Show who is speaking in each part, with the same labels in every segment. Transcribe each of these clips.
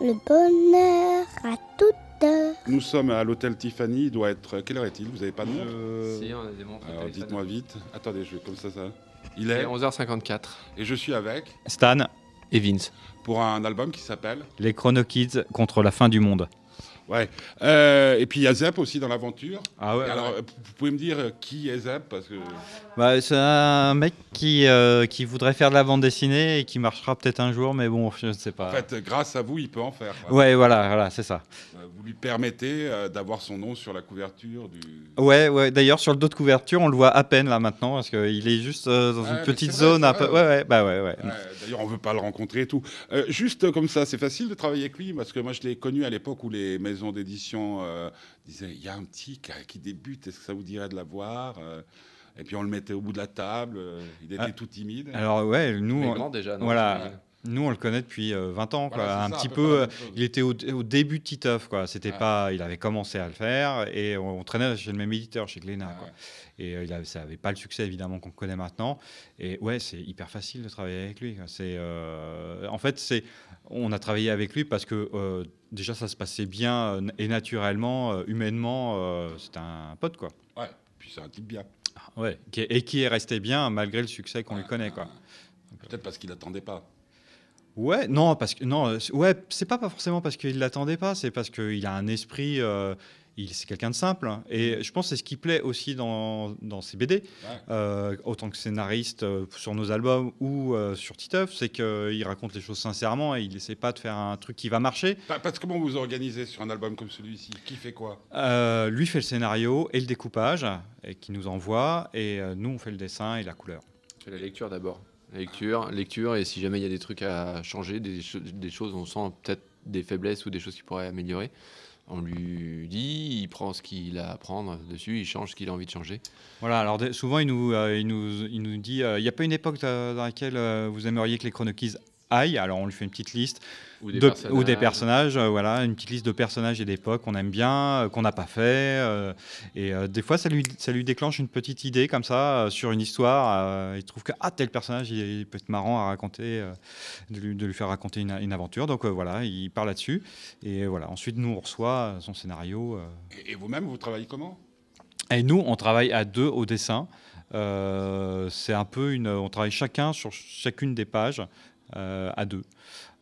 Speaker 1: Le bonheur à toute heure.
Speaker 2: Nous sommes à l'hôtel Tiffany, il doit être... Quelle heure est-il Vous avez pas de...
Speaker 3: Euh,
Speaker 4: Si, on a des montres. au
Speaker 2: Alors
Speaker 4: téléphone.
Speaker 2: dites-moi vite. Attendez, je vais comme ça, ça. Il
Speaker 4: C'est
Speaker 2: est...
Speaker 4: 11h54.
Speaker 2: Et je suis avec
Speaker 3: Stan,
Speaker 4: Et Vince.
Speaker 2: pour un album qui s'appelle...
Speaker 3: les Chrono Kids contre la fin du monde.
Speaker 2: Ouais. Euh, et puis il y a Zep aussi dans l'aventure.
Speaker 3: Ah
Speaker 2: Alors, euh, p- vous pouvez me dire euh, qui est Zep Parce que...
Speaker 3: Bah, c'est un mec qui, euh, qui voudrait faire de la bande dessinée et qui marchera peut-être un jour, mais bon, je ne sais pas.
Speaker 2: En fait, grâce à vous, il peut en faire.
Speaker 3: Ah. Ouais, voilà, voilà, c'est ça.
Speaker 2: Euh, Vous lui permettez euh, d'avoir son nom sur la couverture du...
Speaker 3: Ouais, ouais. D'ailleurs, sur le dos de couverture, on le voit à peine là maintenant parce qu'il est juste euh, dans
Speaker 2: Ouais, mais
Speaker 3: une petite
Speaker 2: c'est vrai,
Speaker 3: zone.
Speaker 2: c'est
Speaker 3: un peu...
Speaker 2: vrai.
Speaker 3: Ouais, ouais, bah ouais, ouais.
Speaker 2: Ouais, D'ailleurs, on veut pas le rencontrer et tout. Euh, juste euh, comme ça, c'est facile de travailler avec lui parce que moi, je l'ai connu à l'époque où les maisons d'édition euh, disaient il y a un petit qui, qui débute, est-ce que ça vous dirait de l'avoir Euh, Et puis on le mettait au bout de la table, euh, il était
Speaker 3: Ah.
Speaker 2: tout timide.
Speaker 3: Alors ouais, nous,
Speaker 4: Mais
Speaker 3: on,
Speaker 4: grand déjà. non
Speaker 3: voilà.
Speaker 4: j'imagine.
Speaker 3: nous on le connaît depuis euh, 20 ans, quoi.
Speaker 2: Voilà, c'est
Speaker 3: un
Speaker 2: ça, à
Speaker 3: petit
Speaker 2: peu
Speaker 3: peu.
Speaker 2: près la
Speaker 3: euh,
Speaker 2: même chose.
Speaker 3: il était au, au début de Titeuf, quoi. C'était
Speaker 2: Ouais.
Speaker 3: pas, il avait commencé à le faire et on, on traînait chez le même éditeur, chez Glénat,
Speaker 2: Ouais.
Speaker 3: quoi. Et euh, il avait- ça n'avait pas le succès évidemment qu'on connaît maintenant. Et ouais, c'est hyper facile de travailler avec lui. quoi. C'est, euh, en fait, c'est, on a travaillé avec lui parce que euh, déjà ça se passait bien euh, et naturellement, euh, humainement, euh, c'est un pote quoi.
Speaker 2: Ouais, puis c'est un type bien.
Speaker 3: Ouais. Qui est- et qui est resté bien malgré le succès qu'on lui
Speaker 2: Ah.
Speaker 3: connaît quoi.
Speaker 2: euh, Peut-être parce qu'il attendait pas.
Speaker 3: Ouais, non, parce que non, euh, c'est- ouais, c'est pas, pas forcément parce qu'il l'attendait pas, c'est parce qu'il a un esprit, euh, il c'est quelqu'un de simple, hein. et je pense que c'est ce qui plaît aussi dans, dans ses BD,
Speaker 2: Ouais.
Speaker 3: euh, autant que scénariste euh, sur nos albums ou euh, sur Titeuf, c'est qu'il raconte les choses sincèrement et il essaie pas de faire un truc qui va marcher.
Speaker 2: Pa- Parce que comment vous organisez sur un album comme celui-ci Qui fait quoi
Speaker 3: Euh, lui fait le scénario et le découpage, et qui nous envoie, et euh, nous on fait le dessin et la couleur.
Speaker 4: Je fais la lecture d'abord. La lecture, lecture, et si jamais il y a des trucs à changer, des, cho- des choses, on sent peut-être des faiblesses ou des choses qu'il pourrait améliorer. On lui dit, il prend ce qu'il a à prendre dessus, il change ce qu'il a envie de changer.
Speaker 3: Voilà, alors des- souvent il nous, euh, il nous, il nous dit, euh, il n'y a pas une époque euh, dans laquelle euh, vous aimeriez que les chronoquises aillent, alors on lui fait une petite liste
Speaker 4: Ou
Speaker 3: de- ou des personnages, euh, voilà, une petite liste de personnages et d'époques qu'on aime bien, euh, qu'on n'a pas fait, euh, et euh, des fois ça lui, ça lui déclenche une petite idée comme ça euh, sur une histoire, euh, il trouve que ah, tel personnage il, est- il peut être marrant à raconter, euh, de, lui, de lui faire raconter une, une aventure, donc euh, voilà, il part là-dessus, et voilà, ensuite nous on reçoit euh, son scénario. euh,
Speaker 2: Et, et vous-même, vous travaillez comment
Speaker 3: et nous, on travaille à deux au dessin. Euh, c'est un peu une. On travaille chacun sur chacune des pages euh, à deux.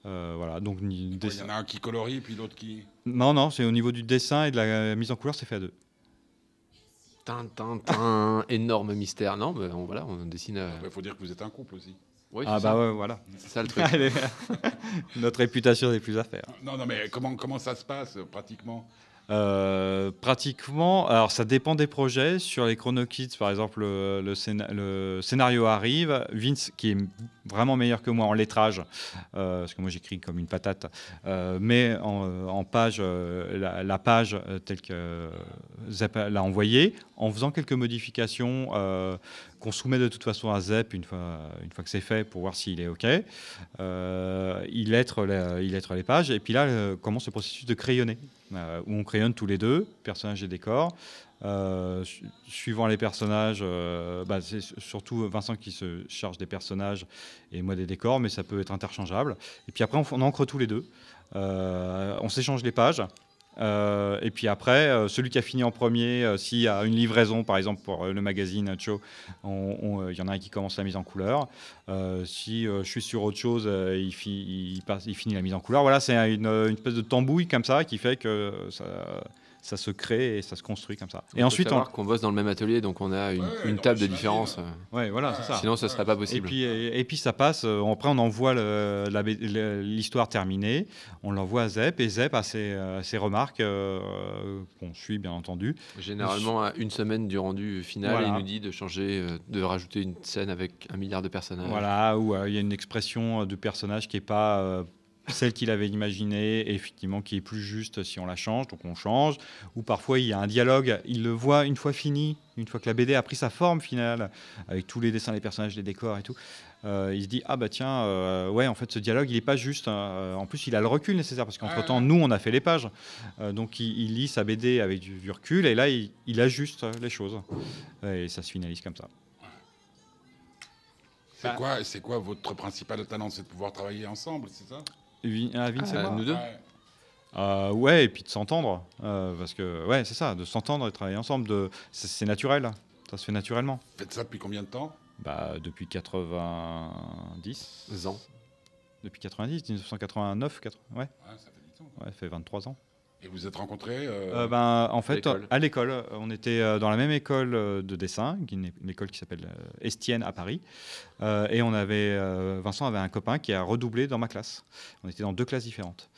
Speaker 3: Euh, voilà, donc ni-
Speaker 2: Il y
Speaker 3: dessin.
Speaker 2: en a un qui colorie, puis l'autre qui...
Speaker 3: Non, non, c'est au niveau du dessin et de la euh, mise en couleur, c'est fait à deux.
Speaker 4: Tin, tin, tin, énorme mystère. Non, mais on, voilà, on dessine. euh,
Speaker 2: Il faut dire que vous êtes un couple aussi.
Speaker 4: ouais,
Speaker 3: ah
Speaker 4: c'est
Speaker 3: bah
Speaker 4: ça,
Speaker 3: ouais, voilà.
Speaker 4: c'est ça le truc.
Speaker 3: Allez, Notre réputation n'est plus à faire.
Speaker 2: Non, non, mais comment, comment ça se passe euh, pratiquement
Speaker 3: Euh, pratiquement, alors ça dépend des projets. Sur les Chrono Kids, par exemple, le, le scéna- le scénario arrive. Vince, qui est vraiment meilleur que moi en lettrage, euh, parce que moi j'écris comme une patate, euh, mais en, en page, euh, la, la page euh, telle que euh, Zep l'a envoyée, en faisant quelques modifications euh, qu'on soumet de toute façon à Zep une fois, une fois que c'est fait pour voir s'il est OK. Euh, il, lettre la- il lettre les pages, et puis là euh, commence le processus de crayonner euh, où on crayonne tous les deux, personnages et décors. Euh, su- suivant les personnages, euh, bah, c'est su- surtout Vincent qui se charge des personnages et moi des décors, mais ça peut être interchangeable. Et puis après, on, f- on encre tous les deux. Euh, on s'échange les pages. Euh, et puis après, euh, celui qui a fini en premier, euh, s'il y a une livraison, par exemple pour euh, le magazine Cho, on- on, euh, il y en a un qui commence la mise en couleur. Euh, si euh, je suis sur autre chose, euh, il, fi- il passe- il finit la mise en couleur. Voilà, c'est une, euh, une espèce de tambouille comme ça qui fait que ça, ça se crée et ça se construit comme ça.
Speaker 4: Il
Speaker 3: Et
Speaker 4: faut
Speaker 3: ensuite,
Speaker 4: savoir qu'on bosse dans le même atelier, donc on a une,
Speaker 2: Ouais,
Speaker 4: une
Speaker 2: non,
Speaker 4: table de
Speaker 2: j'imagine.
Speaker 4: différence. euh.
Speaker 3: on- ouais, voilà, c'est ça.
Speaker 4: Sinon, ce serait pas possible.
Speaker 3: Et puis, et, et puis ça passe. euh, après, on envoie le- la B- le- l'histoire terminée. On l'envoie à Zep et Zep a ses, euh, ses remarques euh, qu'on suit bien entendu.
Speaker 4: Généralement, à une semaine du rendu final,
Speaker 3: Voilà.
Speaker 4: il nous dit de changer, euh, de rajouter une scène avec un milliard de personnages.
Speaker 3: Voilà, où euh, il y a une expression euh, du personnage qui n'est pas euh, celle qu'il avait imaginée et effectivement qui est plus juste si on la change, donc on change. Ou parfois il y a un dialogue, il le voit une fois fini, une fois que la BD a pris sa forme finale, avec tous les dessins, les personnages, les décors et tout. Euh, il se dit ah bah tiens euh, ouais en fait ce dialogue il est pas juste hein. Euh, en plus il a le recul nécessaire parce qu'entre temps nous on a fait les pages Euh, donc il, il lit sa BD avec du, du recul et là il, il ajuste euh, les choses et ça se finalise comme ça
Speaker 2: C'est
Speaker 3: Bah.
Speaker 2: quoi, c'est quoi votre principal talent C'est de pouvoir travailler ensemble, c'est ça
Speaker 3: Vi- ah, Vince et
Speaker 4: Ah,
Speaker 3: moi
Speaker 4: nous deux
Speaker 2: Ouais.
Speaker 3: Euh, ouais, et puis de s'entendre. euh, parce que, ouais, c'est ça, de s'entendre et de travailler ensemble. De... C'est, c'est naturel. Ça se fait naturellement.
Speaker 2: Faites ça depuis combien de temps
Speaker 3: Bah, depuis 90.
Speaker 4: Zan.
Speaker 3: Depuis 90, 1989, 80, ouais,
Speaker 2: Ouais, ça fait du temps.
Speaker 3: ouais, ça fait 23 ans.
Speaker 2: Et vous êtes rencontrés euh,
Speaker 3: Euh, ben, en fait,
Speaker 4: l'école.
Speaker 3: à l'école, euh, on était euh, dans la même école euh, de dessin, qui est une, é- une école qui s'appelle euh, Estienne à Paris. Euh, et on avait, euh, Vincent avait un copain qui a redoublé dans ma classe. On était dans deux classes différentes.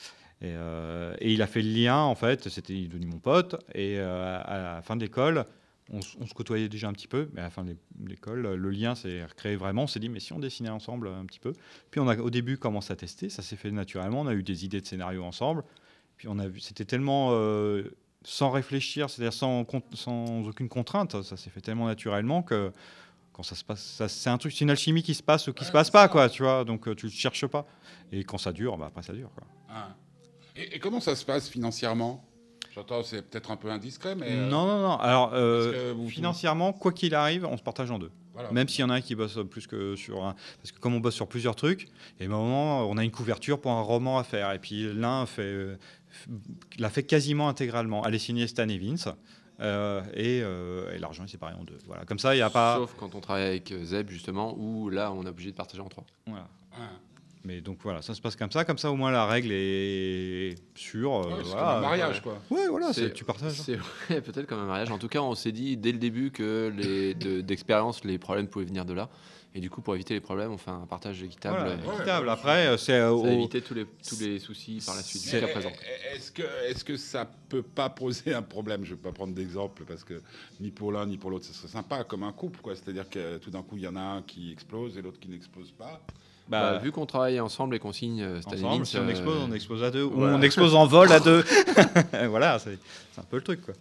Speaker 3: Et, euh, et il a fait le lien, en fait, c'était il est devenu mon pote. Et euh, à la fin de l'école, on, s- on se côtoyait déjà un petit peu, mais à la fin de l'é- de l'école, euh, le lien s'est recréé vraiment. On s'est dit, mais si on dessinait ensemble euh, un petit peu. Puis on a au début commencé à tester, ça s'est fait naturellement. On a eu des idées de scénarios ensemble. Puis on a vu, c'était tellement euh, sans réfléchir, c'est-à-dire sans, con- sans aucune contrainte. hein, Ça s'est fait tellement naturellement que quand ça se passe, ça- c'est un truc, c'est une alchimie qui se passe ou qui
Speaker 2: Ouais,
Speaker 3: se passe
Speaker 2: c'est
Speaker 3: pas,
Speaker 2: ça.
Speaker 3: quoi, tu vois. Donc euh, tu le cherches pas. Et quand ça dure, bah, après ça dure, quoi.
Speaker 2: hein. et, et comment ça se passe financièrement J'entends, c'est peut-être un peu indiscret, mais. euh,
Speaker 3: Non, non, non. Alors euh,
Speaker 2: que vous-
Speaker 3: financièrement, quoi qu'il arrive, on se partage en deux.
Speaker 2: voilà.
Speaker 3: Même s'il y en a un qui bosse plus que sur un. Parce que comme on bosse sur plusieurs trucs, et à un moment, on a une couverture pour un roman à faire. Et puis l'un fait, euh, f- l'a fait quasiment intégralement. Elle est signée Stan Evans. euh, et euh, et l'argent est séparé en deux. Voilà. Comme ça, il n'y a pas.
Speaker 4: Sauf quand on travaille avec euh, Zeb, justement, où là, on est obligé de partager en trois.
Speaker 3: Voilà.
Speaker 2: Hein.
Speaker 3: Mais donc voilà, ça se passe comme ça. Comme ça, au moins, la règle est sûre. euh,
Speaker 2: Ouais, c'est
Speaker 3: voilà.
Speaker 2: comme un mariage, quoi.
Speaker 3: Ouais, voilà,
Speaker 4: C'est-
Speaker 3: c'est- tu partages.
Speaker 4: C'est ouais, peut-être comme un mariage. En tout cas, on s'est dit dès le début que les, de- d'expérience, les problèmes pouvaient venir de là. Et du coup, pour éviter les problèmes, on fait un partage équitable.
Speaker 3: Voilà,
Speaker 4: euh,
Speaker 2: Ouais,
Speaker 3: équitable.
Speaker 2: ouais,
Speaker 3: Après, euh, c'est euh,
Speaker 4: Ça a
Speaker 3: au-
Speaker 4: évité tous les, tous les soucis par la suite
Speaker 2: Mais
Speaker 4: jusqu'à présent.
Speaker 2: Est-ce que, est que ça peut pas poser un problème Je ne vais pas prendre d'exemple parce que ni pour l'un ni pour l'autre, ce serait sympa comme un couple. quoi. C'est-à-dire que euh, tout d'un coup, il y en a un qui explose et l'autre qui n'explose pas.
Speaker 3: bah,
Speaker 4: Bah, vu qu'on travaille ensemble et qu'on signe euh, Stan Evans,
Speaker 3: ensemble, si on
Speaker 4: euh,
Speaker 3: expose, on expose à deux. Ou
Speaker 4: voilà.
Speaker 3: on expose en vol à deux. voilà, c'est c'est un peu le truc, quoi.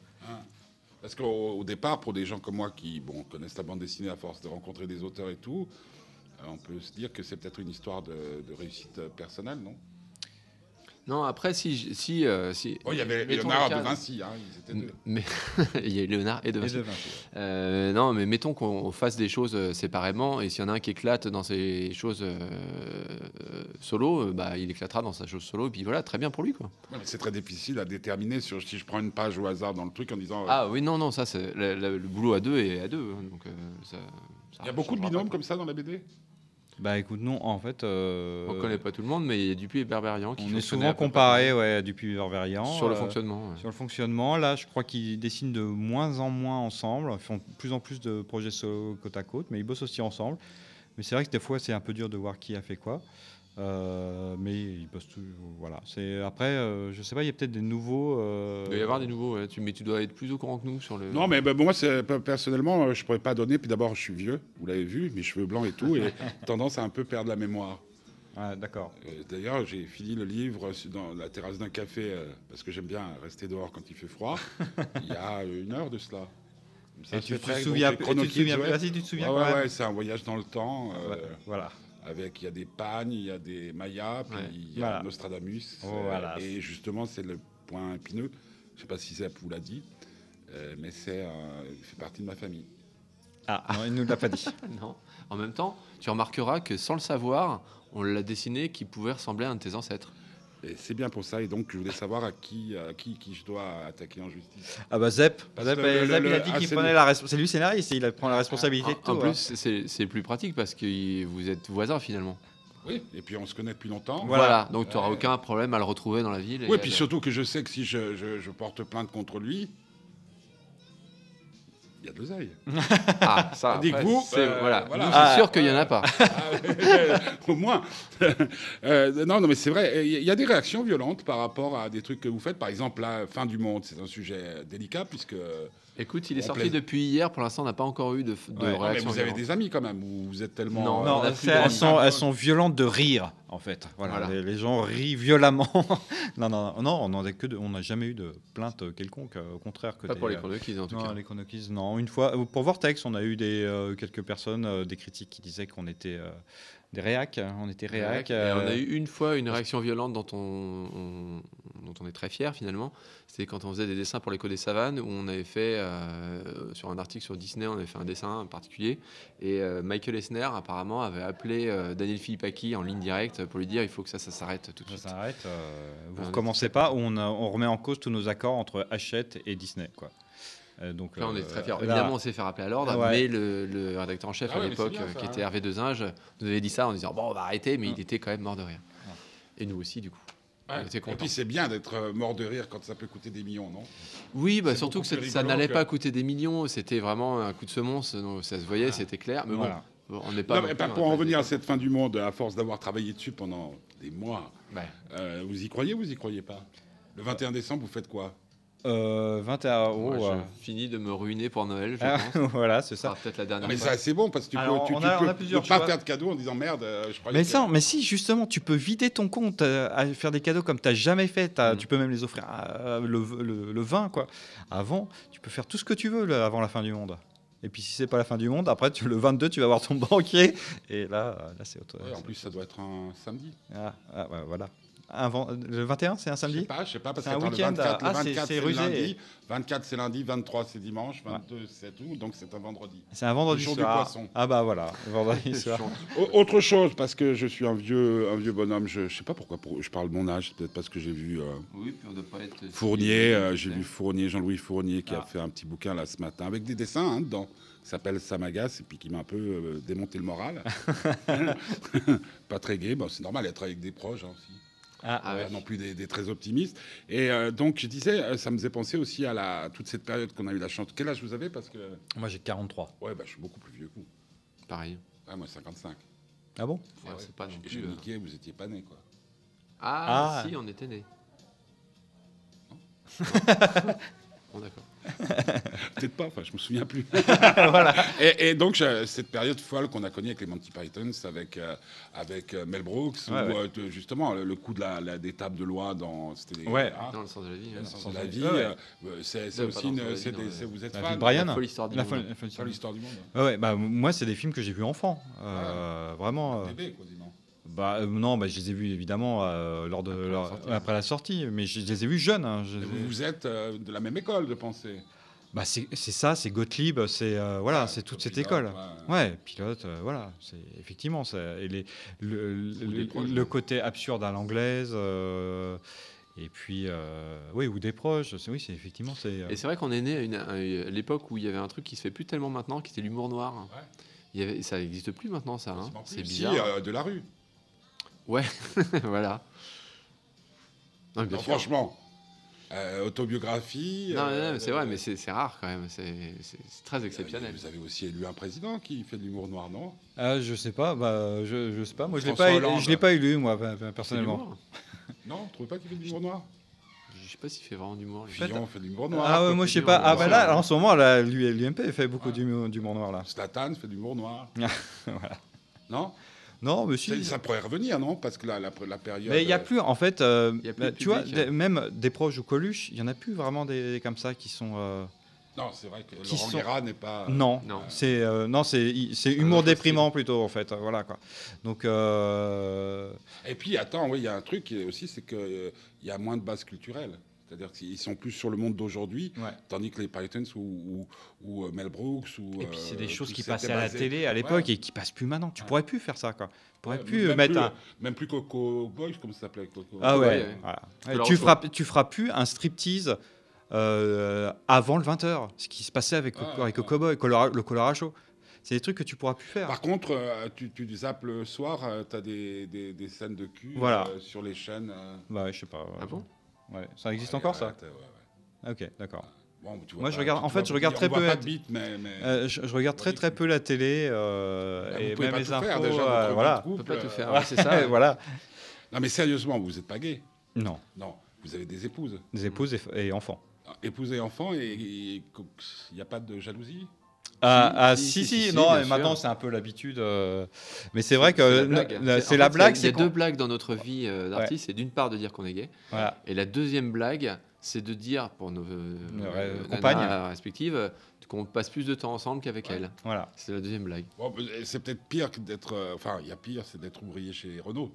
Speaker 2: Parce qu'au au départ, pour des gens comme moi qui bon, connaissent la bande dessinée à force de rencontrer des auteurs et tout, euh, on peut se dire que c'est peut-être une histoire de, de réussite euh, personnelle, non
Speaker 4: Non, après, si. j- si, euh, si
Speaker 2: Oh, Il y avait
Speaker 4: mettons
Speaker 2: Léonard
Speaker 4: le cas-
Speaker 2: de Vinci, hein, ils étaient deux.
Speaker 4: Mais il y a eu Léonard et De
Speaker 3: Et
Speaker 4: Vinci.
Speaker 3: de Vinci.
Speaker 4: Euh, non, mais mettons qu'on fasse des choses euh, séparément, et s'il y en a un qui éclate dans ses choses euh, euh, solo, euh, bah, il éclatera dans sa chose solo, et puis voilà, très bien pour lui. Quoi.
Speaker 2: Ouais, mais C'est très difficile à déterminer sur, si je prends une page au hasard dans le truc en disant. euh,
Speaker 4: Ah oui, non, non, ça, c'est le, le- le boulot à deux et à deux. hein, donc, euh, ça, ça
Speaker 2: il y a beaucoup de
Speaker 4: changera
Speaker 2: binômes
Speaker 4: pas,
Speaker 2: comme ça dans la BD
Speaker 3: Bah écoute, non, en fait, euh,
Speaker 4: quoi. On connaît pas tout le monde, mais il y a Dupuis et Berberian qui
Speaker 3: on est
Speaker 4: fonctionnaient à
Speaker 3: souvent
Speaker 4: peu près
Speaker 3: comparé ouais, à Dupuis-Ververian.
Speaker 4: sur le
Speaker 3: euh,
Speaker 4: fonctionnement. ouais.
Speaker 3: Sur le fonctionnement, là, je crois qu'ils dessinent de moins en moins ensemble. Ils font de plus en plus de projets solo côte à côte, mais ils bossent aussi ensemble. Mais c'est vrai que des fois, c'est un peu dur de voir qui a fait quoi. Euh, mais ils bossent tout. Voilà. C'est après, euh, je sais pas, il y a peut-être des nouveaux. euh,
Speaker 4: Il doit y avoir des nouveaux, ouais, tu, mais tu dois être plus au courant que nous sur le.
Speaker 2: Non, mais bah, moi, c'est- pe- personnellement, euh, je pourrais pas donner. Puis d'abord, je suis vieux, vous l'avez vu, mes cheveux blancs et tout, et tendance à un peu perdre la mémoire.
Speaker 3: Ah, D'accord.
Speaker 2: Euh, D'ailleurs, j'ai fini le livre sur- dans la terrasse d'un café, euh, parce que j'aime bien rester dehors quand il fait froid, il y a une heure de cela. Comme ça,
Speaker 3: Et
Speaker 2: je
Speaker 3: tu
Speaker 2: fais
Speaker 3: te
Speaker 2: très-
Speaker 3: souviens-
Speaker 2: donc, les
Speaker 3: et tu te
Speaker 2: Chrono
Speaker 3: souviens-
Speaker 2: Kids, ouais.
Speaker 3: vas-y, tu te souviens
Speaker 2: Ouais,
Speaker 3: quand
Speaker 2: ouais,
Speaker 3: même.
Speaker 2: ouais, c'est un voyage dans le temps, euh,
Speaker 3: Voilà.
Speaker 2: avec, il y a des pagnes, il y a des mayas, puis
Speaker 4: Ouais.
Speaker 2: il y a
Speaker 3: Voilà. Oh,
Speaker 2: Nostradamus. euh,
Speaker 3: Voilà.
Speaker 2: Et justement, c'est le point épineux, je sais pas si Zep vous l'a dit, euh, mais c'est, euh, il fait partie de ma famille.
Speaker 3: Ah, non, il nous l'a pas dit.
Speaker 4: Non. En même temps, tu remarqueras que sans le savoir, on l'a dessiné qui pouvait ressembler à un de tes ancêtres.
Speaker 2: Et c'est bien pour ça, et donc je voulais savoir à qui, à qui, qui je dois attaquer en justice.
Speaker 3: Ah bah Zep.
Speaker 2: Parce
Speaker 3: Zep,
Speaker 2: que le-
Speaker 3: eh, Zep,
Speaker 2: le-
Speaker 3: il a
Speaker 2: le-
Speaker 3: dit
Speaker 2: ah,
Speaker 3: qu'il
Speaker 2: c'est
Speaker 3: prenait
Speaker 2: lui.
Speaker 3: la responsabilité. C'est lui scénariste et il prend la responsabilité de
Speaker 4: Ah, En, en
Speaker 3: tout, hein.
Speaker 4: plus, c'est c'est plus pratique parce que vous êtes voisins finalement.
Speaker 2: Oui. Et puis on se connaît depuis longtemps.
Speaker 3: Voilà.
Speaker 4: Voilà, donc tu n'auras
Speaker 2: Ouais.
Speaker 4: aucun problème à le retrouver dans la ville. et
Speaker 2: Oui,
Speaker 4: à
Speaker 2: puis
Speaker 4: le-
Speaker 2: surtout que je sais que si je, je- je porte plainte contre lui, il y a de l'oseille.
Speaker 4: Ah, ça,
Speaker 2: Tandis que
Speaker 4: après,
Speaker 2: vous,
Speaker 4: c'est-
Speaker 2: euh,
Speaker 4: voilà.
Speaker 2: voilà.
Speaker 4: Nous,
Speaker 3: Ah,
Speaker 4: c'est sûr qu'il n'y en a pas.
Speaker 2: Ah, ouais, Au moins. Euh, non, non, mais c'est vrai. Il y a des réactions violentes par rapport à des trucs que vous faites. Par exemple, la fin du monde, c'est un sujet délicat puisque Non,
Speaker 4: Écoute, il est
Speaker 2: On
Speaker 4: sorti
Speaker 2: plaise.
Speaker 4: depuis hier. Pour l'instant, on n'a pas encore eu de, de
Speaker 3: Ouais. Non, mais
Speaker 2: Ah, mais
Speaker 4: réaction.
Speaker 2: vous avez
Speaker 4: violente.
Speaker 2: des amis quand même. ou Vous êtes tellement. euh,
Speaker 4: Non,
Speaker 3: Non,
Speaker 4: on a
Speaker 3: elles,
Speaker 4: plus
Speaker 3: elles
Speaker 4: d'argent.
Speaker 3: sont, elles sont violentes de rire, en fait. Voilà,
Speaker 4: Voilà.
Speaker 3: Les, les gens rient violemment. non, non, non, non, on n'en a que de- on n'a jamais eu de plainte quelconque. euh, Au contraire, que
Speaker 4: Pas
Speaker 3: des,
Speaker 4: pour les
Speaker 3: euh,
Speaker 4: chronoquises en tout
Speaker 3: non,
Speaker 4: cas.
Speaker 3: les Chronokids, non. Une fois, euh, pour Vortex, on a eu des euh, quelques personnes, euh, des critiques qui disaient qu'on était euh, des réacs. hein, On était réacs.
Speaker 4: Et
Speaker 3: euh,
Speaker 4: on a eu une fois une réaction violente dont on, on- dont on est très fier finalement, c'était quand on faisait des dessins pour l'écho des savanes, où on avait fait, euh, sur un article sur Disney, on avait fait un dessin en particulier, et euh, Michael Esner apparemment avait appelé euh, Daniel Philippaki en ligne directe pour lui dire il faut que ça, ça s'arrête tout de
Speaker 3: Ça
Speaker 4: suite.
Speaker 3: s'arrête. euh, vous
Speaker 4: Ah,
Speaker 3: recommencez pas, on, euh, on remet en cause tous nos accords entre Hachette et Disney. Quoi. Euh, donc,
Speaker 4: Là, on est
Speaker 3: euh,
Speaker 4: très fiers.
Speaker 3: là,
Speaker 4: Évidemment, on s'est fait rappeler à l'ordre,
Speaker 3: Ah Ouais.
Speaker 4: mais le, le rédacteur en chef
Speaker 2: Ah
Speaker 4: à
Speaker 2: ouais, mais
Speaker 4: l'époque,
Speaker 2: c'est bien,
Speaker 4: euh,
Speaker 2: ça,
Speaker 4: qui
Speaker 2: hein.
Speaker 4: était Hervé Dezinge, nous avait dit ça en disant Bon, on va arrêter, mais
Speaker 3: Ouais.
Speaker 4: il était quand même mort de rire.
Speaker 3: Ouais.
Speaker 4: Et nous aussi, du coup.
Speaker 2: Ouais.
Speaker 4: On était
Speaker 2: Et
Speaker 4: contents.
Speaker 2: puis c'est bien d'être euh, mort de rire quand ça peut coûter des millions, non
Speaker 4: Oui, bah,
Speaker 2: c'est
Speaker 4: surtout que
Speaker 2: beaucoup
Speaker 4: ça,
Speaker 2: plus
Speaker 4: ça
Speaker 2: rigolo
Speaker 4: n'allait
Speaker 2: que-
Speaker 4: pas coûter des millions, c'était vraiment un coup de semonce, donc ça se voyait, c'était clair. Mais
Speaker 3: voilà.
Speaker 4: bon, on n'est pas.
Speaker 2: Ah. Non,
Speaker 4: non
Speaker 2: mais
Speaker 4: plus,
Speaker 2: pas
Speaker 4: on
Speaker 2: Pour
Speaker 4: a
Speaker 2: en
Speaker 4: pas
Speaker 2: revenir à
Speaker 4: été-
Speaker 2: cette fin du monde, à force d'avoir travaillé dessus pendant des mois,
Speaker 4: Ouais.
Speaker 2: euh, vous y croyez ou vous y croyez pas Le 21 décembre, vous faites quoi
Speaker 3: Euh, 21 euros.
Speaker 4: Moi,
Speaker 3: euh.
Speaker 4: je finis de me ruiner pour Noël, je
Speaker 3: Ah,
Speaker 4: pense.
Speaker 3: voilà, c'est
Speaker 4: Ça
Speaker 3: ça.
Speaker 4: sera peut-être la dernière
Speaker 2: Mais
Speaker 4: fois.
Speaker 2: ça, c'est bon parce que tu
Speaker 3: Alors,
Speaker 2: peux, tu,
Speaker 3: on
Speaker 2: tu
Speaker 3: a- on
Speaker 2: peux
Speaker 3: a plusieurs
Speaker 2: ne pas
Speaker 3: choix.
Speaker 2: faire de cadeaux en disant merde, euh,
Speaker 4: Ah,
Speaker 2: je croyais
Speaker 3: Mais
Speaker 2: que-
Speaker 3: ça, mais si justement, tu peux vider ton compte euh, à faire des cadeaux comme t'as jamais fait. t'as-
Speaker 4: Mm.
Speaker 3: Tu peux même les offrir à- à le, le, le vin, quoi. Avant, tu peux faire tout ce que tu veux là, avant la fin du monde. Et puis si c'est pas la fin du monde, après tu, le 22, tu vas voir ton banquier. Et là, euh, là c'est autre.
Speaker 2: Ouais, en plus, ça doit être un samedi.
Speaker 3: Ah, ah, ouais, voilà. Un ven- le 21, c'est un
Speaker 2: Je sais
Speaker 3: samedi.
Speaker 2: pas, je sais pas, parce
Speaker 3: C'est
Speaker 2: que
Speaker 3: un
Speaker 2: attends, le
Speaker 3: week-end,
Speaker 2: 24, le
Speaker 3: ah, c'est-
Speaker 2: 24
Speaker 3: c'est
Speaker 2: c'est
Speaker 3: rusé.
Speaker 2: lundi, 24 c'est lundi, 23 c'est dimanche, 22 c'est tout, donc c'est un vendredi.
Speaker 3: C'est un vendredi
Speaker 2: Le jour du
Speaker 3: soir.
Speaker 2: poisson.
Speaker 3: Ah bah voilà, vendredi
Speaker 4: C'est
Speaker 3: soir.
Speaker 4: chiant.
Speaker 2: Au- Autre chose, parce que je suis un vieux, un vieux bonhomme, je, je sais pas pourquoi pour- je parle de mon âge, c'est peut-être parce que j'ai vu euh,
Speaker 4: Oui, puis on ne doit pas être.
Speaker 2: Fournier, euh, j'ai vu Fournier, Jean-Louis Fournier, qui a
Speaker 3: Ah.
Speaker 2: fait un petit bouquin là ce matin, avec des dessins hein, dedans, qui s'appelle Samagas, et puis qui m'a un peu euh, démonté le moral. pas très gay, bon, c'est normal, être avec des proches hein, aussi.
Speaker 4: Ah
Speaker 2: Ouais,
Speaker 4: ouais.
Speaker 2: Euh, non plus des, des très optimistes. Et euh, donc, je disais, euh, ça me faisait penser aussi à, la, à toute cette période qu'on a eu la chance. Quel âge vous avez Parce que.
Speaker 3: Moi j'ai 43.
Speaker 2: Ouais, bah, je suis beaucoup plus vieux que vous.
Speaker 4: Pareil.
Speaker 2: Ah, moi, 55.
Speaker 3: Ah bon
Speaker 4: Ouais,
Speaker 2: Ouais.
Speaker 4: c'est pas non
Speaker 2: J'ai-
Speaker 4: plus,
Speaker 2: J'ai
Speaker 4: euh,
Speaker 2: niqué, vous étiez pas né, quoi.
Speaker 4: Ah,
Speaker 3: Ah.
Speaker 4: si, on était nés. bon, d'accord.
Speaker 2: Peut-être pas, enfin, je me souviens plus. et, et donc, je- cette période folle qu'on a connue avec les Monty Pythons, avec, euh, avec euh, Mel Brooks,
Speaker 3: Ouais,
Speaker 2: où,
Speaker 3: ouais.
Speaker 2: euh, te- justement, le, le coup de la, la- des tables de loi dans. c'était des-
Speaker 3: Ouais.
Speaker 2: hein,
Speaker 4: Dans le sens de la vie.
Speaker 2: dans
Speaker 4: hein.
Speaker 2: le sens de la
Speaker 3: Ouais,
Speaker 2: vie.
Speaker 3: ouais.
Speaker 2: euh, c'est c'est
Speaker 4: Ouais, pas
Speaker 2: aussi
Speaker 4: dans
Speaker 2: une.
Speaker 4: le sens de la vie,
Speaker 2: c'est
Speaker 4: dans
Speaker 2: des-
Speaker 4: le-
Speaker 2: c'est- vous être
Speaker 3: La
Speaker 2: fan
Speaker 3: vie de Brian
Speaker 4: La folle histoire du
Speaker 3: La
Speaker 4: monde.
Speaker 3: folle- la folle-
Speaker 2: sur l'histoire du monde. hein.
Speaker 3: Ouais, ouais, bah, moi, c'est des films que j'ai vus enfant.
Speaker 2: Ah
Speaker 3: Euh, Vraiment. euh,
Speaker 2: Bébé, quasiment.
Speaker 3: bah, euh, non, bah, je les ai vus évidemment euh, lors de,
Speaker 4: Après la
Speaker 3: leur-
Speaker 4: sortie.
Speaker 3: après la sortie, mais je, je les ai vus jeunes. hein, je-
Speaker 2: Et Vous, vous êtes euh, de la même école de pensée.
Speaker 3: bah, c'est c'est ça, c'est Gottlieb, c'est euh, voilà,
Speaker 2: Ouais,
Speaker 3: c'est toute cette
Speaker 2: Copilote,
Speaker 3: école.
Speaker 2: Ah, ouais.
Speaker 3: Ouais, pilote, euh, voilà, c'est effectivement ça. Et les, le, le-
Speaker 4: des proches,
Speaker 3: le
Speaker 4: ouais.
Speaker 3: côté absurde à l'anglaise. euh, et puis, euh, oui, ou des proches, c'est- oui, c'est effectivement, c'est. euh,
Speaker 4: Et c'est vrai qu'on est né à, une- à une- à l'époque où il y avait un truc qui se fait plus tellement maintenant, qui était l'humour noir. hein.
Speaker 2: Ouais.
Speaker 4: Il y avait- ça n'existe plus maintenant, ça. hein. C'est
Speaker 2: Si,
Speaker 4: bizarre.
Speaker 2: euh, de la rue.
Speaker 4: voilà. Non, mais bien
Speaker 2: Non,
Speaker 4: sûr.
Speaker 2: franchement, Euh, autobiographie.
Speaker 4: Non, non,
Speaker 2: euh,
Speaker 4: non, c'est vrai, mais c'est c'est rare quand même. C'est c'est- c'est très
Speaker 2: euh,
Speaker 4: exceptionnel.
Speaker 2: Vous avez aussi élu un président qui fait de l'humour noir, non
Speaker 3: Ah, je sais pas, bah, je, je sais pas. Moi, je l'ai
Speaker 2: François
Speaker 3: pas,
Speaker 2: Hollande.
Speaker 3: je l'ai pas élu, moi, pe- pe-
Speaker 4: C'est
Speaker 3: personnellement.
Speaker 4: l'humour.
Speaker 2: Non, vous trouvez pas qu'il fait de l'humour noir
Speaker 4: Je sais pas s'il fait vraiment d'humour. lui.
Speaker 3: Fait-
Speaker 2: Fillon fait de l'humour noir.
Speaker 3: Ah, ouais, moi, je sais pas.
Speaker 4: Copilon,
Speaker 3: Ah, bah
Speaker 4: François
Speaker 3: là,
Speaker 4: Hollande.
Speaker 3: en ce moment, là, lui- l'UMP fait beaucoup
Speaker 2: Ouais.
Speaker 3: du, du noir là.
Speaker 2: Slatan fait de l'humour noir.
Speaker 3: Voilà.
Speaker 2: Non
Speaker 3: Non, mais
Speaker 2: C'est-
Speaker 3: si.
Speaker 2: Ça pourrait revenir, non Parce que là, la, la période.
Speaker 3: Mais il n'y a
Speaker 2: euh,
Speaker 3: plus, en fait, euh,
Speaker 4: Il y a plus
Speaker 3: bah,
Speaker 4: de
Speaker 3: tu vois,
Speaker 4: public, hein.
Speaker 3: des- même des proches ou Coluche, il n'y en a plus vraiment des, des comme ça qui sont. euh,
Speaker 2: Non, c'est vrai que
Speaker 3: Qui
Speaker 2: Laurent
Speaker 3: sont-
Speaker 2: Guéra n'est pas.
Speaker 3: non,
Speaker 4: non.
Speaker 3: c'est euh, non, c'est i-
Speaker 2: Ah,
Speaker 3: c'est
Speaker 4: un
Speaker 3: humour
Speaker 4: autre style.
Speaker 3: déprimant plutôt, en fait. euh, Voilà quoi. Donc, euh,
Speaker 2: Et puis, attends, oui, il y a un truc qui est aussi, c'est qu'il y a moins de base culturelle. C'est-à-dire qu'ils sont plus sur le monde d'aujourd'hui,
Speaker 3: Ouais.
Speaker 2: tandis que les Pythons ou, ou- ou, euh, Mel Brooks ou.
Speaker 3: et puis c'est
Speaker 2: euh,
Speaker 3: des choses
Speaker 2: tout
Speaker 3: qui
Speaker 2: ça,
Speaker 3: passaient
Speaker 2: c'était
Speaker 3: à la
Speaker 2: basé-
Speaker 3: télé à l'époque
Speaker 2: Ouais.
Speaker 3: et qui passent plus maintenant. Tu pourrais plus faire ça quoi. Tu pourrais
Speaker 2: Ouais,
Speaker 3: plus
Speaker 2: même
Speaker 3: mettre
Speaker 2: plus,
Speaker 3: un.
Speaker 2: Même plus Coco Boys, comme ça s'appelait. Coco
Speaker 3: Ah ouais.
Speaker 4: Ouais, ouais.
Speaker 3: voilà.
Speaker 4: Parce que
Speaker 3: tu
Speaker 4: leur-
Speaker 3: feras, tu feras plus un striptease euh, avant le 20h, ce qui se passait avec
Speaker 2: Ah,
Speaker 3: le, avec le
Speaker 2: ouais.
Speaker 3: cowboy, Colora- le Colorado Show. C'est des trucs que tu pourras plus faire.
Speaker 4: Bah.
Speaker 2: Par contre, euh, tu, tu zappes le soir, tu as des, des, des scènes de cul
Speaker 3: Voilà.
Speaker 2: euh, sur les chaînes. euh.
Speaker 3: Bah, ouais, je sais pas. ouais.
Speaker 4: Ah bon
Speaker 3: Ouais, Ça existe
Speaker 2: Ouais,
Speaker 3: encore
Speaker 2: ouais,
Speaker 3: ça
Speaker 2: t'as- ouais, ouais.
Speaker 3: Ah, Ok, d'accord.
Speaker 2: Bon, tu vois
Speaker 3: Moi, je
Speaker 2: pas-
Speaker 3: regarde-
Speaker 2: tu
Speaker 3: en fait,
Speaker 2: vois-
Speaker 3: je regarde
Speaker 2: on
Speaker 3: très
Speaker 2: voit
Speaker 3: peu
Speaker 2: pas
Speaker 3: la-
Speaker 2: de bite, mais. mais-
Speaker 3: Euh, je, je regarde très très peu la télé euh,
Speaker 4: Ah,
Speaker 2: Là, vous
Speaker 3: et
Speaker 2: pouvez
Speaker 3: même
Speaker 2: pas
Speaker 3: les
Speaker 2: tout
Speaker 3: infos.
Speaker 2: faire, déjà,
Speaker 3: euh,
Speaker 2: votre vie de
Speaker 3: voilà.
Speaker 4: On
Speaker 2: couple,
Speaker 4: peut pas tout
Speaker 2: euh,
Speaker 4: faire. ouais, C'est ça.
Speaker 3: voilà.
Speaker 2: Non, mais sérieusement, vous n'êtes pas gay.
Speaker 3: Non,
Speaker 2: Non, vous avez des épouses.
Speaker 3: des épouses et, et enfants.
Speaker 2: Ah, Épouse et enfant, et et co- il n'y a pas de jalousie
Speaker 3: Ah, ah,
Speaker 4: si,
Speaker 3: si, si,
Speaker 4: si, si,
Speaker 3: non,
Speaker 4: bien
Speaker 3: et
Speaker 4: sûr.
Speaker 3: maintenant c'est un peu l'habitude. euh, Mais c'est vrai
Speaker 4: C'est
Speaker 3: que
Speaker 4: la blague.
Speaker 3: la-
Speaker 4: en
Speaker 3: c'est la
Speaker 4: fait,
Speaker 3: blague.
Speaker 4: Il y a,
Speaker 3: c'est
Speaker 4: il y a deux
Speaker 3: qu'on-
Speaker 4: blagues dans notre vie euh, d'artiste. C'est d'une part de dire qu'on est gay,
Speaker 3: Voilà.
Speaker 4: et la deuxième blague, c'est de dire pour nos euh,
Speaker 3: Nos
Speaker 4: euh,
Speaker 3: re-
Speaker 4: nanas
Speaker 3: compagnes.
Speaker 4: respectives euh, qu'on passe plus de temps ensemble qu'avec
Speaker 2: Ouais.
Speaker 4: elles.
Speaker 3: voilà.
Speaker 4: C'est la deuxième blague.
Speaker 2: Bon, ben, C'est peut-être pire que d'être. euh, Enfin, il y a pire, c'est d'être ouvrier chez Renault.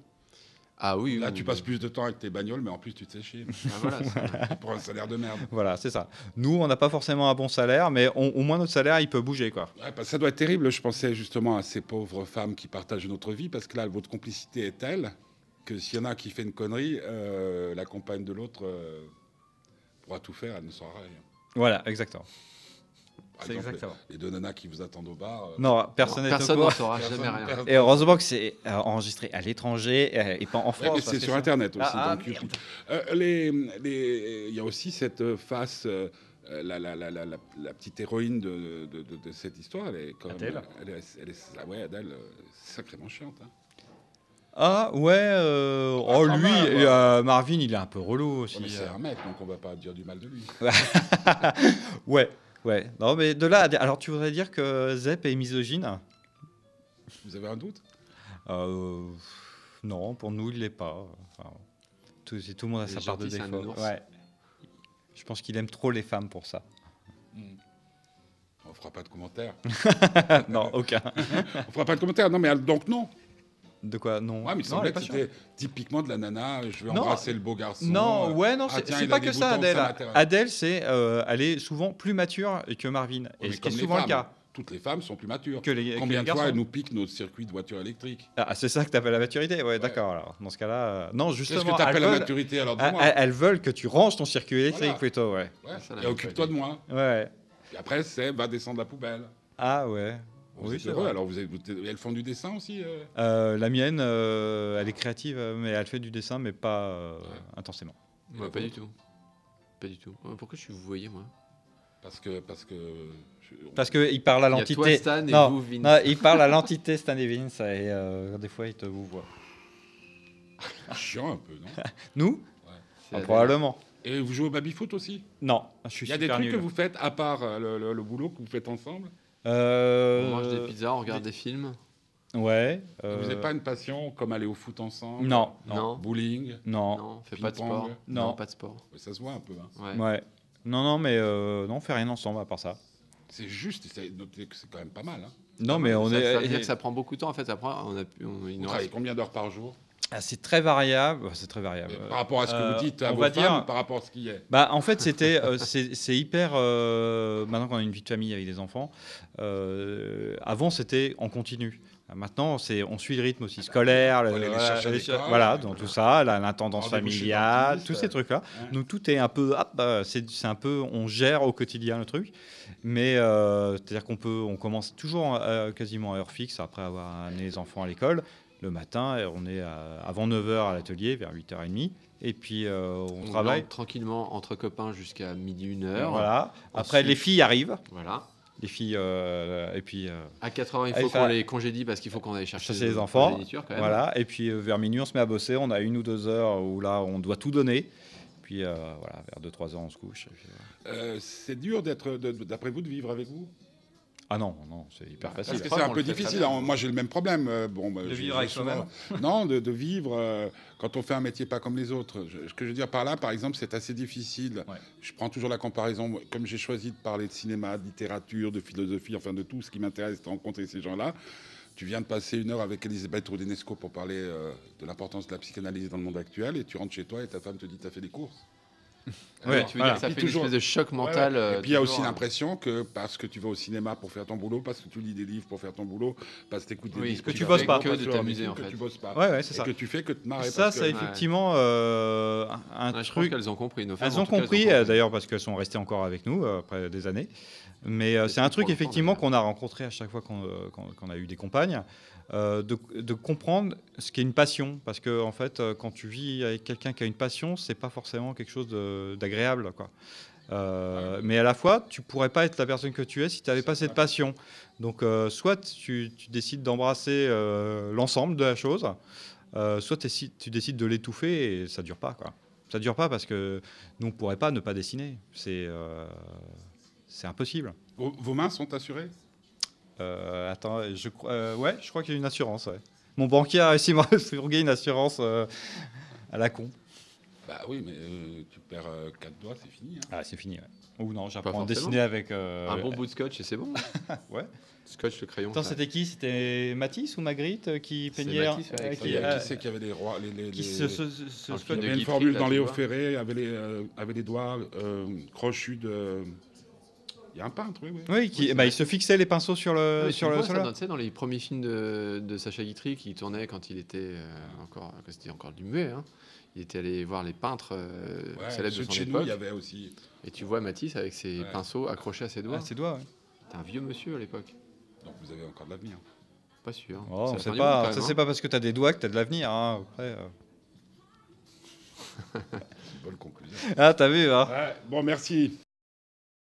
Speaker 4: Ah oui,
Speaker 2: Là,
Speaker 4: oui,
Speaker 2: tu
Speaker 4: oui.
Speaker 2: passes plus de temps avec tes bagnoles, mais en plus, tu te fais chier.
Speaker 4: Ah, voilà, ça-
Speaker 2: pour un salaire de merde.
Speaker 3: Voilà, c'est ça. Nous, on n'a pas forcément un bon salaire, mais on- au moins notre salaire, il peut bouger, quoi.
Speaker 2: Ouais, parce que ça doit être terrible. Je pensais justement à ces pauvres femmes qui partagent notre vie, parce que là, votre complicité est telle que s'il y en a qui fait une connerie, euh, la compagne de l'autre euh, pourra tout faire, elle ne saura rien.
Speaker 3: Voilà, exactement.
Speaker 2: Par
Speaker 3: C'est
Speaker 2: exemple,
Speaker 3: exactement.
Speaker 2: Les deux nanas qui vous attendent au bar. euh,
Speaker 3: Non, personne
Speaker 4: Personne
Speaker 3: n'est au
Speaker 4: n'en
Speaker 3: courant.
Speaker 4: saura
Speaker 2: personne-
Speaker 4: jamais rien.
Speaker 2: personne-
Speaker 3: Et heureusement que c'est euh, enregistré à l'étranger euh, et pas en
Speaker 2: Ouais,
Speaker 3: France.
Speaker 2: mais
Speaker 3: parce
Speaker 2: c'est
Speaker 3: que
Speaker 2: sur Internet aussi.
Speaker 3: Ah, ah,
Speaker 2: donc, euh, les- les- il y a aussi cette euh, face, euh, la, la- la- la- la- la petite héroïne de, de- de- de cette histoire, elle est quand même.
Speaker 3: Adèle.
Speaker 2: Elle est, elle est- ah ouais, Adèle, euh, sacrément chiante. hein.
Speaker 3: Ah ouais, euh,
Speaker 2: Ah,
Speaker 3: oh
Speaker 2: quand
Speaker 3: lui,
Speaker 2: même, ouais.
Speaker 3: euh, Marvin, il est un peu relou aussi.
Speaker 2: Ouais, mais c'est
Speaker 3: euh.
Speaker 2: un mec, donc on va pas dire du mal de lui.
Speaker 3: Ouais, ouais. Non mais de là, à dire- alors tu voudrais dire que Zep est misogyne
Speaker 2: Vous avez un doute
Speaker 3: Euh, Non, pour nous, il l'est pas. Enfin, tout, c'est- tout le monde a
Speaker 4: Il est
Speaker 3: sa part de
Speaker 4: gentil, c'est un
Speaker 3: défaut.
Speaker 4: nounours.
Speaker 3: Ouais. Je pense qu'il aime trop les femmes pour ça.
Speaker 2: On fera pas de commentaires.
Speaker 3: non, aucun.
Speaker 2: on fera pas de commentaires. Non, mais elle- donc non.
Speaker 3: De quoi Non.
Speaker 2: Ouais, mais il
Speaker 3: non,
Speaker 2: semblait
Speaker 3: elle est
Speaker 2: que
Speaker 3: pas chiante.
Speaker 2: c'était typiquement de la nana. euh, Je vais
Speaker 3: Non.
Speaker 2: embrasser le beau garçon.
Speaker 3: Non,
Speaker 2: euh,
Speaker 3: ouais, non,
Speaker 2: ah,
Speaker 3: c'est
Speaker 2: tiens,
Speaker 3: c'est
Speaker 2: il
Speaker 3: pas
Speaker 2: a
Speaker 3: que
Speaker 2: des
Speaker 3: ça,
Speaker 2: boutons, ça
Speaker 3: Adèle.
Speaker 2: m'intéresse.
Speaker 3: Adèle, c'est, euh, elle est souvent plus mature que Marvin.
Speaker 2: mais
Speaker 3: et ce qui
Speaker 2: comme
Speaker 3: est
Speaker 2: les
Speaker 3: souvent le
Speaker 2: femmes,
Speaker 3: cas.
Speaker 2: Toutes les femmes sont plus matures.
Speaker 3: Que les, que
Speaker 2: Combien
Speaker 3: les
Speaker 2: de fois
Speaker 3: garçons.
Speaker 2: elle nous pique notre circuit de voiture électrique
Speaker 3: Ah, c'est ça que t'appelles la maturité, ouais, d'accord. Alors, dans ce cas-là, euh, non,
Speaker 2: Qu'est-ce
Speaker 3: justement,
Speaker 2: que t'appelles
Speaker 3: elles,
Speaker 2: la
Speaker 3: veulent,
Speaker 2: maturité alors de
Speaker 3: ah,
Speaker 2: moi
Speaker 3: ah, elles veulent que tu ranges ton circuit électrique
Speaker 2: Voilà.
Speaker 3: plutôt, ouais.
Speaker 2: Ouais,
Speaker 4: Ça, la
Speaker 2: Et occupe-toi de moi.
Speaker 3: Ouais.
Speaker 2: Et après, c'est va descendre la poubelle.
Speaker 3: Ah ouais.
Speaker 2: Vous
Speaker 3: Oui,
Speaker 2: êtes
Speaker 3: c'est
Speaker 2: heureux,
Speaker 3: vrai.
Speaker 2: alors vous êtes, vous êtes- elles font du dessin aussi euh
Speaker 3: Euh, la mienne, euh, elle est créative, euh, mais elle fait du dessin, mais pas euh, intensément.
Speaker 4: Moi, Bah, pas du tout. Pas du tout. Ouais, Pourquoi je suis vous voyez, moi
Speaker 2: Parce que. Parce que je- on-
Speaker 3: Parce qu'il parle à
Speaker 4: Il y a toi,
Speaker 3: l'entité.
Speaker 4: Stan, et
Speaker 3: non,
Speaker 4: vous, Vince.
Speaker 3: non, il parle à l'entité Stan et Vince, et euh, des fois, il te vous voit.
Speaker 2: c'est chiant un peu, non
Speaker 3: Nous
Speaker 4: C'est
Speaker 3: Ah,
Speaker 4: la dernière.
Speaker 3: Probablement.
Speaker 2: Et vous jouez au baby-foot aussi
Speaker 3: Non, je suis
Speaker 2: Il y a des
Speaker 3: super
Speaker 2: trucs
Speaker 3: nul.
Speaker 2: que vous faites, à part euh, le, le- le boulot que vous faites ensemble
Speaker 3: Euh,
Speaker 4: On mange des pizzas, on regarde des films.
Speaker 3: Ouais. euh,
Speaker 2: Vous n'avez pas une passion comme aller au foot ensemble
Speaker 3: Non, non,
Speaker 4: Non.
Speaker 2: Bowling
Speaker 3: non.
Speaker 4: Non, on fait pas de
Speaker 2: Ping-pong.
Speaker 4: sport.
Speaker 3: Non.
Speaker 4: pas de sport.
Speaker 2: Ouais, Ça se voit un peu. hein.
Speaker 4: Ouais.
Speaker 3: Ouais. Non, non, mais euh, non, on fait rien ensemble à part ça.
Speaker 2: C'est juste, c'est noter que c'est quand même pas mal. Hein.
Speaker 3: Non, mais on
Speaker 4: ça,
Speaker 3: est. euh,
Speaker 4: Ça veut dire que ça prend beaucoup de temps en fait. Après, on a pu. On, il
Speaker 2: Vous
Speaker 4: nous
Speaker 2: travaillez
Speaker 4: reste-
Speaker 2: combien d'heures par jour
Speaker 3: Ah, c'est très variable. C'est très variable.
Speaker 2: Et Par rapport à ce que
Speaker 3: euh,
Speaker 2: vous dites à
Speaker 3: on
Speaker 2: vos
Speaker 3: va
Speaker 2: femmes,
Speaker 3: dire-
Speaker 2: ou par rapport à ce qui est
Speaker 3: Bah, en fait, c'était, euh, c'est c'est hyper. euh, maintenant qu'on a une vie de famille avec des enfants, euh, avant c'était en continu. Maintenant, c'est on suit le rythme aussi scolaire,
Speaker 2: Faut aller les
Speaker 3: voilà,
Speaker 2: chercher à
Speaker 3: aller
Speaker 2: l'école.
Speaker 3: cher- voilà, dans tout ça, la- l'intendance
Speaker 2: Rendez-vous chez le
Speaker 3: familiale,
Speaker 2: dentiste,
Speaker 3: tous
Speaker 2: euh,
Speaker 3: ces trucs-là.
Speaker 2: ouais.
Speaker 3: Donc tout est un peu, hop, euh, c'est c'est un peu, on gère au quotidien le truc, mais euh, c'est-à-dire qu'on peut, on commence toujours euh, quasiment à heure fixe après avoir amené les enfants à l'école. Le matin, et on est à- avant 9h à l'atelier, vers 8h30, et puis euh, on,
Speaker 4: on
Speaker 3: travaille.
Speaker 4: dort tranquillement entre copains jusqu'à midi une heure. Voilà.
Speaker 3: Voilà. Après,
Speaker 4: Ensuite-
Speaker 3: les filles arrivent.
Speaker 4: voilà.
Speaker 3: Les filles, euh, et puis euh,
Speaker 4: À 4 heures, il
Speaker 3: Ah, il
Speaker 4: faut
Speaker 3: fait-
Speaker 4: qu'on les congédie parce qu'il faut qu'on aille chercher
Speaker 3: Chercher les enfants.
Speaker 4: la nourriture, quand même.
Speaker 3: voilà. Et puis euh, vers minuit, on se met à bosser. On a une ou deux heures où là, on doit tout donner. Puis euh, voilà, vers deux trois heures, on se couche. et puis, euh.
Speaker 2: Euh, C'est dur d'être, de- de- d'après vous, de vivre avec vous
Speaker 3: Ah non, non, c'est hyper
Speaker 2: Parce
Speaker 3: facile.
Speaker 2: que
Speaker 4: la
Speaker 2: c'est un
Speaker 4: preuve, on
Speaker 2: peu
Speaker 4: le fait très
Speaker 2: difficile.
Speaker 4: bien.
Speaker 2: hein. Moi, j'ai le même problème. euh, Bon, bah,
Speaker 3: De
Speaker 2: je-
Speaker 3: vivre
Speaker 2: je
Speaker 3: avec
Speaker 2: souvent-
Speaker 3: soi-même.
Speaker 2: Non, de, de vivre euh, quand on fait un métier pas comme les autres. Je- ce que je veux dire par là, par exemple, c'est assez difficile.
Speaker 3: Ouais.
Speaker 2: Je prends toujours la comparaison. Moi, Comme j'ai choisi de parler de cinéma, de littérature, de philosophie, enfin de tout ce qui m'intéresse, de rencontrer ces gens-là. Tu viens de passer une heure avec Elisabeth Rodenesco pour parler euh, de l'importance de la psychanalyse dans le monde actuel, et tu rentres chez toi et ta femme te dit t'as fait des courses.
Speaker 4: Ah
Speaker 3: Ouais,
Speaker 4: oui, tu veux
Speaker 3: voilà.
Speaker 4: dire que ça
Speaker 2: Puis
Speaker 4: fait
Speaker 2: toujours-
Speaker 4: une espèce de choc mental.
Speaker 2: Ouais, ouais.
Speaker 4: euh,
Speaker 2: Et puis il y a
Speaker 4: toujours,
Speaker 2: aussi
Speaker 4: hein.
Speaker 2: l'impression que parce que tu vas au cinéma pour faire ton boulot, parce que tu lis des livres pour faire ton boulot, parce que tu écoutes des
Speaker 4: Oui,
Speaker 2: disques,
Speaker 4: que
Speaker 3: tu
Speaker 2: vas
Speaker 3: bosses pas.
Speaker 2: avec-
Speaker 4: Que de
Speaker 2: sur un
Speaker 4: t'amuser,
Speaker 2: film
Speaker 4: en
Speaker 2: que
Speaker 4: fait.
Speaker 2: tu bosses pas.
Speaker 3: Ouais, ouais, c'est
Speaker 2: Et
Speaker 3: ça.
Speaker 2: que tu fais que te marrer.
Speaker 3: Ça,
Speaker 2: parce que-
Speaker 3: c'est effectivement euh, un
Speaker 4: Ouais, Ah, je pense
Speaker 3: truc.
Speaker 4: qu'elles ont compris. nos femmes,
Speaker 3: Elles
Speaker 4: en
Speaker 3: ont
Speaker 4: tout cas,
Speaker 3: compris, euh, d'ailleurs, parce qu'elles sont restées encore avec nous euh, après des années. Mais euh,
Speaker 4: Peut-être
Speaker 3: c'est un
Speaker 4: que pour
Speaker 3: truc,
Speaker 4: le temps,
Speaker 3: effectivement,
Speaker 4: d'ailleurs.
Speaker 3: qu'on a rencontré à chaque fois qu'on euh, qu'on- qu'on a eu des compagnes, euh, de, de comprendre ce qu'est une passion. Parce que, en fait, euh, quand tu vis avec quelqu'un qui a une passion, c'est pas forcément quelque chose de- d'agréable, quoi. Euh, mais à la fois, tu pourrais pas être la personne que tu es si tu n'avais pas cette passion. Donc, euh, soit tu, tu décides d'embrasser euh, l'ensemble de la chose, euh, soit t'essi- tu décides de l'étouffer et ça dure pas, quoi. Ça dure pas parce que nous, on pourrait pas ne pas dessiner. C'est euh, c'est impossible.
Speaker 2: Vos, vos mains sont assurées
Speaker 3: Euh, attends, je, crois- euh, ouais, je crois qu'il y a une assurance. ouais. Mon banquier a réussi à me fourguer une assurance euh, à la con.
Speaker 2: bah oui, mais euh, tu perds 4 doigts, c'est fini. hein.
Speaker 3: Ah, c'est fini. ouais. Ou non, j'apprends à
Speaker 4: forcément.
Speaker 3: dessiner avec. euh,
Speaker 4: Un bon bout de scotch et c'est bon.
Speaker 3: Ouais.
Speaker 4: Scotch, le crayon.
Speaker 3: Attends,
Speaker 4: ça-
Speaker 3: c'était qui C'était Matisse ou Magritte euh, qui
Speaker 4: C'est
Speaker 3: peignait
Speaker 4: Matisse, ouais,
Speaker 3: euh,
Speaker 4: avec
Speaker 2: Il
Speaker 3: qui,
Speaker 2: y a-
Speaker 3: euh,
Speaker 2: Qui c'est qui avait les rois les, les-
Speaker 3: qui
Speaker 2: les-
Speaker 3: se, se- se- se-
Speaker 4: Un
Speaker 3: se-
Speaker 4: film
Speaker 2: Il y
Speaker 4: de
Speaker 2: avait une
Speaker 4: Guitry,
Speaker 2: formule
Speaker 4: là,
Speaker 2: dans
Speaker 4: tu
Speaker 2: Léo
Speaker 4: vois.
Speaker 2: Ferré, avait les, euh, avait les doigts euh, crochus de. Il y a un peintre, oui, oui.
Speaker 3: Oui, qui,
Speaker 4: Oui, c'est
Speaker 3: bah,
Speaker 4: vrai.
Speaker 3: il se fixait les pinceaux sur
Speaker 4: Ouais,
Speaker 3: le,
Speaker 4: mais tu
Speaker 3: euh, sur
Speaker 4: le
Speaker 3: le,
Speaker 4: vois,
Speaker 3: sur
Speaker 4: ça,
Speaker 3: le-
Speaker 4: dans, tu sais, dans les premiers films de, de Sacha Guitry qui tournait quand il était euh, encore, quand c'était encore du muet. hein. Il était allé voir les peintres euh,
Speaker 2: Ouais,
Speaker 4: célèbres
Speaker 2: ceux
Speaker 4: de
Speaker 2: de
Speaker 4: son
Speaker 2: chez nous,
Speaker 4: époque.
Speaker 2: il y avait aussi.
Speaker 4: Et tu vois Matisse avec ses
Speaker 2: Ouais.
Speaker 4: pinceaux accrochés à ses doigts.
Speaker 3: Ah, ses doigts. ouais.
Speaker 4: T'es un vieux monsieur à l'époque.
Speaker 2: Donc vous avez encore de l'avenir.
Speaker 4: Pas sûr. hein.
Speaker 3: Oh,
Speaker 4: C'est
Speaker 3: on
Speaker 4: la
Speaker 3: sait
Speaker 4: fin du
Speaker 3: pas.
Speaker 4: monde, quand
Speaker 3: ça,
Speaker 4: même,
Speaker 3: c'est
Speaker 4: hein.
Speaker 3: pas parce que t'as des doigts que t'as de l'avenir. hein, après, euh.
Speaker 2: Bonne conclusion.
Speaker 3: Ah, t'as vu, hein
Speaker 2: Ouais, bon, merci.